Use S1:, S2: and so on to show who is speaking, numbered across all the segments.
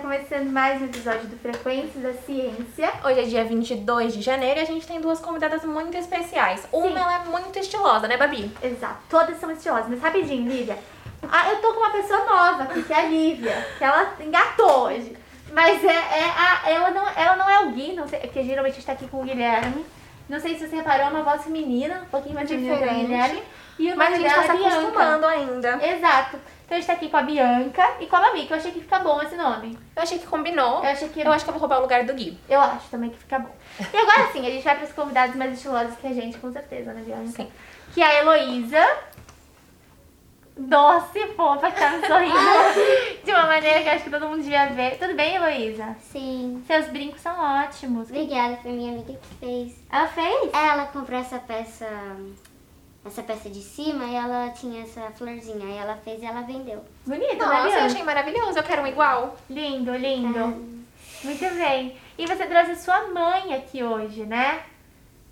S1: começando mais um episódio do Frequências da Ciência.
S2: Hoje é dia 22 de janeiro e a gente tem duas convidadas muito especiais. Uma
S1: Sim.
S2: ela é muito estilosa, né, Babi?
S1: Exato, todas são estilosas, mas rapidinho, Lívia. Ah, eu tô com uma pessoa nova aqui, que é a Lívia, que ela engatou hoje. Mas é, é a, ela, não, ela não é o Gui, não sei, porque geralmente a gente tá aqui com o Guilherme. Não sei se você reparou, é uma voz feminina, um pouquinho mais feminina que o
S2: Diferente.
S1: Guilherme. E o
S2: Mas a
S1: nome
S2: gente tá
S1: dela
S2: se
S1: é Bianca.
S2: acostumando ainda.
S1: Exato. Então a gente tá aqui com a Bianca e com a Mami, que eu achei que fica bom esse nome.
S2: Eu achei que combinou.
S1: Eu achei que
S2: É.
S1: é
S2: Eu acho que eu vou roubar o lugar do Gui.
S1: Eu acho também que fica bom. E agora sim, a gente vai para os convidados mais estilosos que a gente, com certeza, né, Bianca?
S2: Sim.
S1: Que é a Heloísa. Doce, fofa, que tá me sorrindo. de uma maneira que eu acho que todo mundo devia ver. Tudo bem, Heloísa?
S3: Sim.
S1: Seus brincos são ótimos.
S3: Obrigada pra minha amiga que fez.
S1: Ela fez?
S3: Ela comprou essa peça, essa peça de cima e ela tinha essa florzinha. Aí ela fez e ela vendeu.
S1: Bonito, né,
S2: Nossa,
S1: Bianca?
S2: assim, eu achei maravilhoso. Eu quero um igual.
S1: Lindo, lindo.
S3: Ah,
S2: É.
S1: Muito bem. E você trouxe sua mãe aqui hoje, né?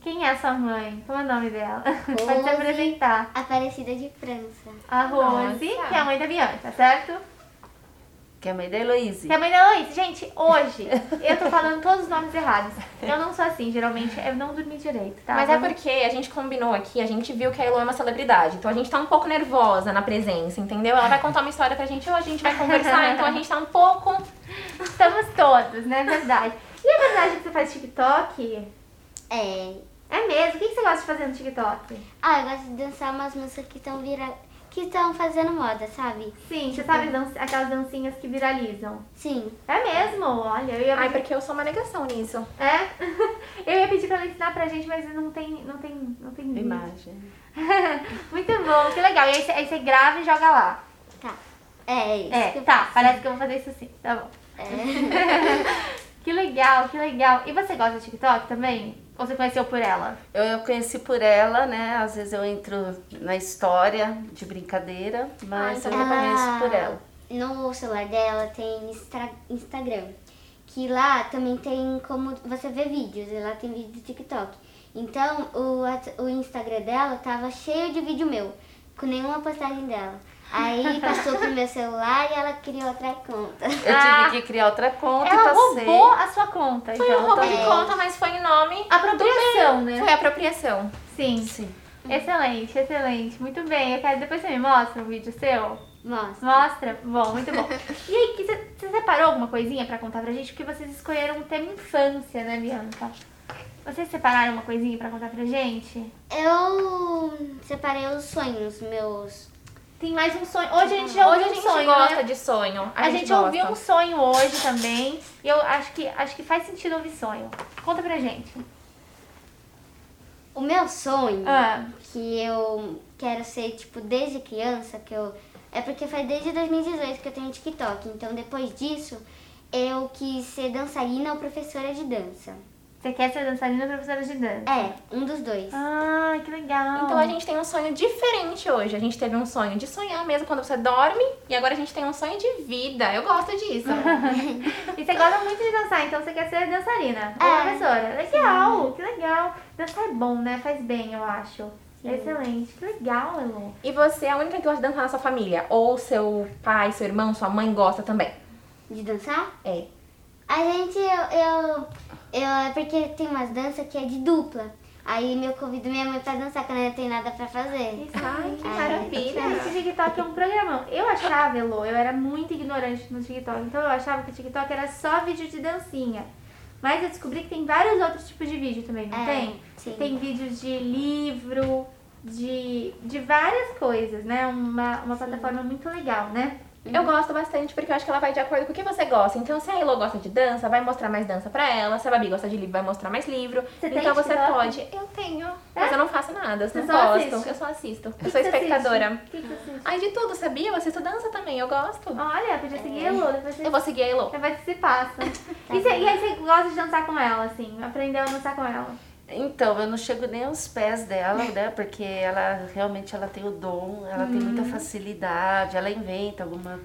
S1: Quem é sua mãe? Qual é o nome dela? Pode se
S3: Rose.
S1: apresentar.
S3: Aparecida de França.
S1: A Rose,
S2: Nossa.
S1: que é a mãe da Bianca, certo?
S4: Que é a mãe da Heloísa.
S1: E a mãe da Heloísa, gente, hoje eu tô falando todos os nomes errados. Eu não sou assim, geralmente eu não dormi direito, tá?
S2: Mas é
S1: Vamos-
S2: porque a gente combinou aqui, a gente viu que a Elo é uma celebridade. Então a gente tá um pouco nervosa na presença, entendeu? Ela vai contar uma história pra gente hoje, a gente vai conversar. então a gente tá um pouco.
S1: estamos todos, né? Verdade. E é verdade que você faz TikTok?
S3: É.
S1: É mesmo? O que que você gosta de fazer no TikTok?
S3: Ah, eu gosto de dançar umas músicas que estão vira... que estão fazendo moda, sabe?
S1: Sim, você sabe dan- aquelas dancinhas que viralizam.
S3: Sim.
S1: Uhum. É mesmo, olha, eu ia
S2: Ai, porque eu sou uma negação nisso.
S1: É? Eu ia pedir pra ela ensinar pra gente, mas não tem. não tem. não tem vídeo.
S4: Imagem.
S1: Muito bom, que legal. E aí você, aí você grava e joga lá.
S3: Tá. É isso. que
S1: É,
S3: eu
S1: tá,
S3: faço.
S1: parece que eu vou fazer isso sim, tá bom.
S3: É.
S1: Que legal, que legal. E você gosta de TikTok também? Ou você conheceu por ela?
S4: Eu, eu conheci por ela, né? Às vezes eu entro na história de brincadeira, mas
S2: Ah, então
S4: eu
S2: ela-
S3: tá.
S4: conheço por ela.
S3: No celular dela tem Instra- Instagram. Que lá também tem como você ver vídeos. e Lá tem vídeo do TikTok. Então o, at- o Instagram dela tava cheio de vídeo meu, com nenhuma postagem dela. Aí passou pro meu celular e ela criou outra conta.
S4: Eu
S1: Ah.
S4: tive que criar outra conta
S1: Ela
S4: e passei.
S1: roubou a sua conta,
S2: Foi
S1: então.
S2: um roubo de
S3: É.
S2: conta, mas foi em nome.
S1: Apropriação, né?
S2: Foi apropriação.
S1: Sim.
S4: Sim.
S1: Excelente, excelente. Muito bem. Eu quero... Depois você me mostra um vídeo seu?
S3: Mostra.
S1: Mostra? Bom, muito bom. e aí, que você você separou alguma coisinha pra contar pra gente? Porque vocês escolheram o tema infância, né, Bianca? Vocês separaram uma coisinha pra contar pra gente?
S3: Eu separei os sonhos meus.
S1: Tem mais um sonho. Hoje a gente já
S2: Hoje
S1: ouviu
S2: a
S1: um
S2: gente
S1: sonho,
S2: gosta
S1: né?
S2: de sonho.
S1: A, gente,
S2: gosta.
S1: ouviu um sonho hoje também. E eu acho que, acho que faz sentido ouvir sonho. Conta pra gente.
S3: O meu sonho
S1: Ah.
S3: que eu quero ser, tipo, desde criança, que eu. É porque foi desde 2018 que eu tenho TikTok. Então depois disso, eu quis ser dançarina ou professora de dança.
S1: Você quer ser dançarina ou professora de dança?
S3: É, um dos dois.
S1: Ah, que legal.
S2: Então a gente tem um sonho diferente hoje. A gente teve um sonho de sonhar mesmo quando você dorme. E agora a gente tem um sonho de vida. Eu gosto disso.
S1: E você gosta muito de dançar, então você quer ser dançarina ou
S3: É.
S1: professora. Legal, que legal. Dançar é bom, né? Faz bem, eu acho. Excelente. Que legal, Elo.
S2: e você é a única que gosta de dançar na sua família. Ou seu pai, seu irmão, sua mãe gosta também.
S3: De dançar?
S2: É.
S3: A gente, eu, eu, eu- É porque tem umas danças que é de dupla. Aí meu convido minha mãe pra dançar quando ela não tem nada pra fazer.
S2: Ai, que
S3: Ai,
S2: maravilha.
S1: Esse TikTok é um programão. Eu achava, Elo, eu era muito ignorante no TikTok. Então eu achava que o TikTok era só vídeo de dancinha. Mas eu descobri que tem vários outros tipos de vídeo também, não
S3: É,
S1: tem?
S3: sim.
S1: Tem vídeos de livro, de, de várias coisas, né? Uma, uma plataforma muito legal, né?
S2: Eu gosto bastante porque eu acho que ela vai de acordo com o que você gosta. Então, se a Elo gosta de dança, vai mostrar mais dança pra ela. Se a Babi gosta de livro, vai mostrar mais livro.
S1: Você tem né?
S2: então você
S1: TikTok?
S2: pode. Eu tenho. Mas eu não faço nada, eu
S1: Você
S2: não
S1: só
S2: posto.
S1: assiste?
S2: Eu É? só assisto.
S1: Que
S2: Eu sou
S1: que você assiste?
S2: espectadora.
S1: Que que você assiste?
S2: Ai, de tudo, sabia? Você assisto dança também, eu gosto.
S1: Olha, podia seguir a Lu, depois você,
S2: Eu vou seguir a Elo.
S1: você vai que se passa. e, você- e aí você gosta de dançar com ela, assim, aprendeu a dançar com ela.
S4: Então, eu não chego nem aos pés dela, né? Porque ela realmente ela tem o dom, ela tem muita facilidade, ela inventa algumas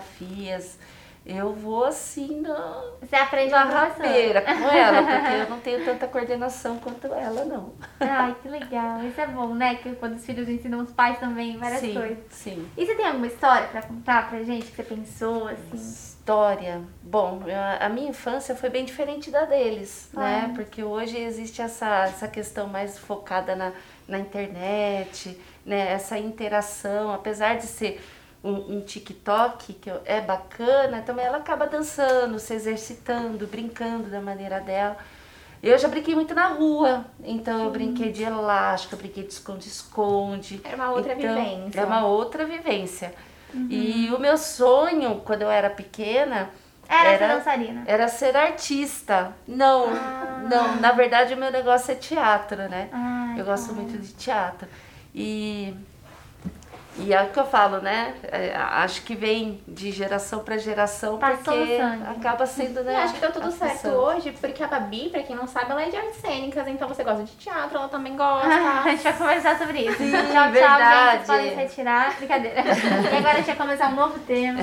S4: coreografias. Eu vou assim na,
S1: Você aprende
S4: na
S1: a dançar.
S4: rabeira com ela, porque eu não tenho tanta coordenação quanto ela, não.
S1: Ai, que legal. Isso é bom, né? Que quando os filhos ensinam os pais também várias
S4: sim,
S1: coisas.
S4: sim.
S1: E você tem alguma história pra contar pra gente que você pensou, assim?
S4: história. Bom, a, a minha infância foi bem diferente da deles,
S2: Ah, é?
S4: né? Porque hoje existe essa, essa questão mais focada na, na internet, né? Essa interação, apesar de ser um, um TikTok que eu- é bacana, também ela acaba dançando, se exercitando, brincando da maneira dela. Eu já brinquei muito na rua, então eu brinquei de elástico, eu brinquei de esconde-esconde.
S2: É uma outra
S4: Então,
S2: vivência.
S4: É uma outra vivência.
S1: Uhum.
S4: E o meu sonho, quando eu era pequena,
S1: Era, essa
S4: Era- É.
S1: dançarina.
S4: era ser artista. Não,
S1: Ah.
S4: não. Na verdade, o meu negócio é teatro, né?
S1: Ai,
S4: eu gosto muito de teatro. E, e é o que eu falo, né? É, acho que vem de geração para geração,
S1: Passou no
S4: porque
S1: sangue.
S4: acaba sendo,
S2: E
S4: né?
S2: acho que deu tudo
S4: a
S2: certo
S4: função.
S2: hoje, porque a Babi, pra quem não sabe, ela é de artes cênicas, então você gosta de teatro, ela também gosta.
S1: Ah, a gente vai conversar sobre isso. tchau, tchau, gente.
S4: verdade.
S1: Vocês podem se retirar. Brincadeira. e agora a gente vai começar um novo tema.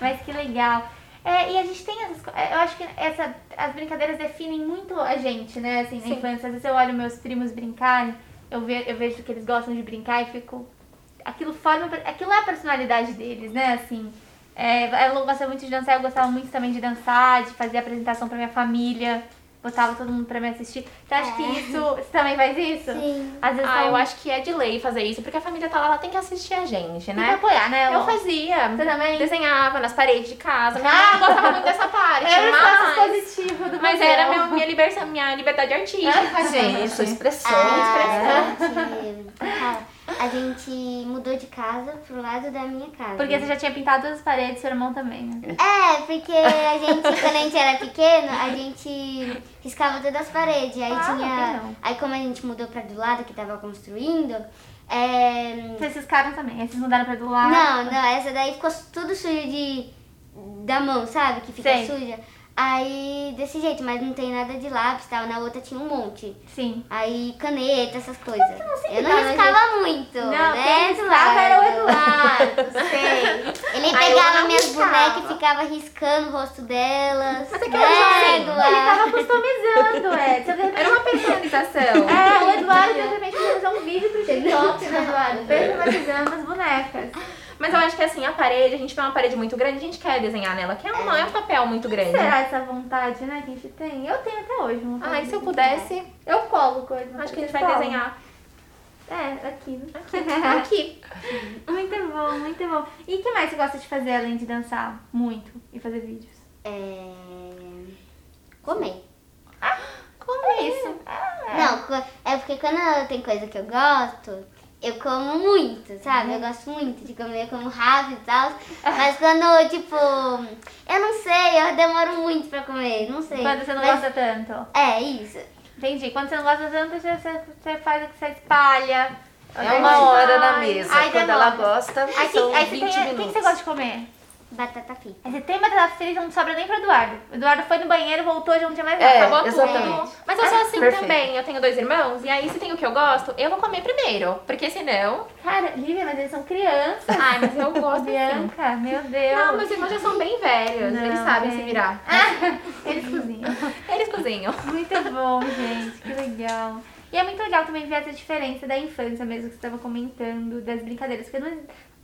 S1: Mas que legal. É, e a gente tem essas co- é, Eu acho que essa, as brincadeiras definem muito a gente, né? Assim, na
S2: Sim.
S1: infância. Às vezes eu olho meus primos brincarem, eu, ve, eu vejo que eles gostam de brincar e fico. Aquilo forma. Aquilo é a personalidade deles, né? Assim. É, ela gosta muito de dançar, eu gostava muito também de dançar, de fazer apresentação pra minha família. Botava todo mundo pra me assistir. Você acha que isso. Você também faz isso?
S3: Sim.
S1: Às vezes
S2: Ah,
S1: eu
S2: eu acho que é de lei fazer isso, porque a família tá lá, ela tem que assistir a gente,
S1: Tem que
S2: né?
S1: apoiar, né?
S2: Eu
S1: Elon?
S2: fazia.
S1: Você também?
S2: Desenhava nas paredes de casa. Minha mãe não gostava muito dessa parte,
S1: Era o espaço
S2: mas...
S1: positivo do
S2: Mas Ah!
S1: papel.
S2: era meu- minha, liberta- minha liberdade artística, gente.
S4: Ah, Isso, expressão.
S3: A gente, ah, a gente mudou de casa pro lado da minha casa.
S1: Porque você já tinha pintado todas as paredes, seu irmão também, né?
S3: É, porque a gente, quando a gente era pequeno, a gente riscava todas as paredes. Aí
S1: Ah,
S3: tinha.
S1: não.
S3: Aí como a gente mudou pra do lado que tava construindo, é,
S1: Vocês ficaram Então, também, aí vocês mudaram pra do lado.
S3: Não, não, essa daí ficou tudo sujo de. da mão, sabe? Que fica
S1: Sei.
S3: suja. Aí, desse jeito, mas não tem nada de lápis e tal. Na outra tinha um monte.
S1: Sim.
S3: Aí, caneta, essas coisas. Eu não,
S1: sei que dá, mas
S3: riscava muito,
S1: Não,
S3: né?
S1: quem riscava era o
S3: Eduardo, sei. Ele
S2: Aí eu
S3: pegava
S2: não
S3: minhas
S2: riscava.
S3: bonecas e ficava riscando o rosto delas. Mas é
S2: que era assim,
S1: Ele tava customizando, é. Você de repente-
S2: Era uma personalização.
S1: É, o Eduardo de repente vai fazer um vídeo pro TikTok, né, Eduardo? Personalizando as bonecas.
S2: Mas eu acho que assim, a parede, a gente tem uma parede muito grande, a gente quer desenhar nela, que é um, é um papel muito grande.
S1: Será essa vontade, né, que a gente tem? Eu tenho até hoje uma
S2: Ah, e se eu
S1: vontade.
S2: pudesse,
S1: Eu colo coisa.
S2: acho que a
S1: vocês
S2: gente vai
S1: colam.
S2: desenhar
S1: É, aqui. né?
S2: aqui.
S1: Muito bom, muito bom. E o que mais você gosta de fazer além de dançar? Muito. E fazer vídeos?
S3: É... Comer.
S2: Como é isso?
S1: né?
S3: Não, co- é porque quando tem coisa que eu gosto, eu como muito, sabe?
S1: Uhum.
S3: Eu gosto muito de comer, eu como rápido e tal. Mas quando, tipo, eu não sei, eu demoro muito pra comer, não sei.
S1: Quando você não
S3: mas,
S1: gosta tanto.
S3: É, isso.
S1: Entendi. Quando você não gosta tanto, você, você- você faz o que você espalha.
S4: É uma hora na mesa.
S1: Ai,
S4: Quando
S1: demora.
S4: ela gosta,
S1: Aí, que,
S4: são
S1: aí
S4: 20
S1: você tem, o
S4: minutos.
S1: que que você gosta de comer?
S3: Batata frita.
S1: Aí você tem batata frita, não sobra nem pro Eduardo. O Eduardo foi no banheiro, voltou, já não tinha mais nada.
S4: É,
S1: Acabou tudo.
S4: exatamente.
S2: Mas eu sou assim
S4: Perfeito.
S2: também. Eu tenho dois irmãos, e aí se tem o que eu gosto, eu vou comer primeiro. Porque senão.
S1: Cara, Lívia, mas eles são crianças.
S2: Ai, mas eu gosto assim.
S1: Bianca, meu Deus.
S2: Não, meus irmãos já são bem velhos,
S1: Não,
S2: eles sabem se
S1: gente.
S2: virar.
S1: Eles cozinham.
S2: Eles cozinham.
S1: Muito bom, gente, que legal. E é muito legal também ver essa diferença da infância mesmo que você estava comentando, das brincadeiras. Porque no,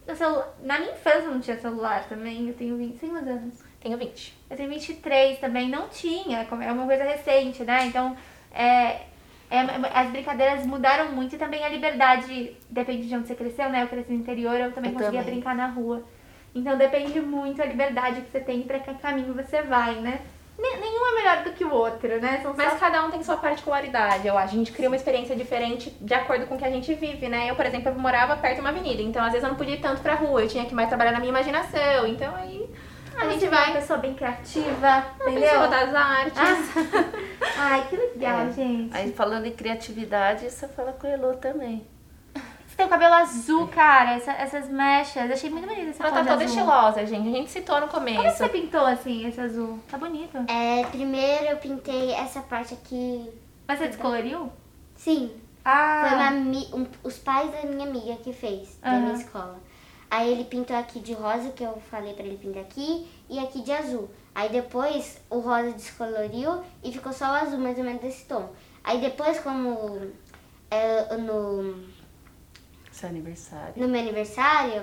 S1: no celu- na minha infância não tinha celular também, eu tenho 25 anos.
S2: Tenho 20.
S1: Eu tenho 23 também, não tinha, como é uma coisa recente, né? Então, é, é, as brincadeiras mudaram muito e também a liberdade, depende de onde você cresceu, né? Eu cresci no interior, eu também
S4: Eu
S1: conseguia
S4: também.
S1: brincar na rua. Então depende muito a liberdade que você tem pra que caminho você vai, né? Ne- Nenhum é melhor do que o outro, né? São só
S2: Mas cada um tem sua particularidade, eu acho. A gente cria uma experiência diferente de acordo com o que a gente vive, né? Eu, por exemplo, eu morava perto de uma avenida, então às vezes eu não podia ir tanto pra rua, eu tinha que mais trabalhar na minha imaginação. Então aí a gente
S1: é Uma
S2: vai. Ah,
S1: pessoa bem criativa,
S2: Pessoa
S1: entendeu?
S2: das artes.
S1: Ai, que legal,
S4: É.
S1: gente.
S4: Aí falando em criatividade, você fala com o Elô também.
S1: Você tem o cabelo azul, cara. essa- essas mechas. Achei muito bonito essa
S2: Ela tá
S1: cor de
S2: toda
S1: azul.
S2: estilosa, gente. A gente citou no
S1: Como é que
S2: começo.
S1: você pintou assim, esse azul? Tá bonito.
S3: É, primeiro eu pintei essa parte aqui.
S1: Mas você
S2: É.
S1: descoloriu?
S3: Sim,
S1: Ah,
S3: foi uma, ami- um- os pais da minha amiga que fez, da minha
S1: Aham.
S3: escola. Aí ele pintou aqui de rosa, que eu falei pra ele pintar aqui, e aqui de azul. Aí depois o rosa descoloriu e ficou só o azul, mais ou menos desse tom. Aí depois, como é, no,
S4: Seu aniversário.
S3: no meu aniversário,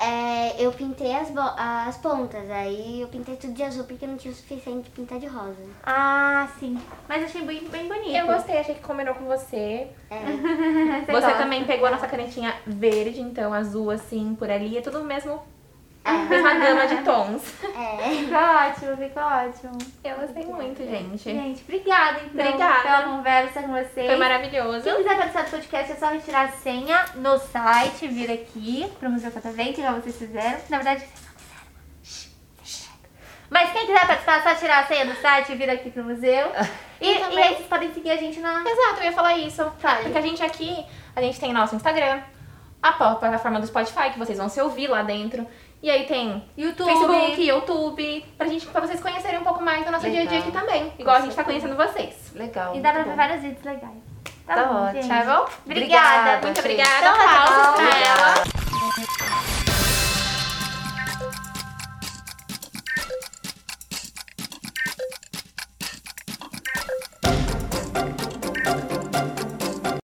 S3: é, eu pintei as, bo- as pontas, aí eu pintei tudo de azul porque não tinha o suficiente de pintar de rosa.
S1: Ah, sim. Mas achei bem, bem bonito.
S2: Eu gostei, achei que combinou com você.
S3: É,
S1: Você,
S2: Você
S1: gosta.
S2: também pegou a nossa canetinha verde, então azul assim, por ali. É tudo mesmo. A mesma gama de tons.
S3: é.
S1: Fica ótimo, fica ótimo.
S2: Eu gostei muito, gente.
S1: Gente, obrigada então
S2: Obrigada.
S1: pela conversa com vocês.
S2: Foi maravilhoso.
S1: Quem quiser participar do podcast é só retirar a senha no site, vir aqui pro Museu Catavento, igual vocês fizeram. Na verdade, vocês não fizeram. Shh, secreto. Mas quem quiser participar, é só tirar a senha do site e vir aqui pro museu. E,
S2: E
S1: e
S2: também-
S1: aí vocês podem seguir a gente na.
S2: Exato, eu ia falar isso.
S1: Fale.
S2: Porque a gente aqui, a gente tem nosso Instagram, a pó- plataforma do Spotify, que vocês vão se ouvir lá dentro. E aí tem
S1: YouTube.
S2: Facebook, YouTube, pra, gente, pra vocês conhecerem um pouco mais do nosso dia a dia
S4: Legal.
S2: aqui também. Igual a gente tá conhecendo vocês.
S4: Legal.
S1: E dá pra
S4: muito
S1: ver
S4: bom.
S1: vários vídeos legais. Tá,
S4: Tá
S1: bom,
S4: ótimo.
S1: gente.
S2: Tá bom?
S1: Obrigada.
S4: Obrigada,
S2: Muito
S4: gente.
S2: obrigada.
S1: Então tá
S2: Aplausos
S1: bom.
S2: pra ela.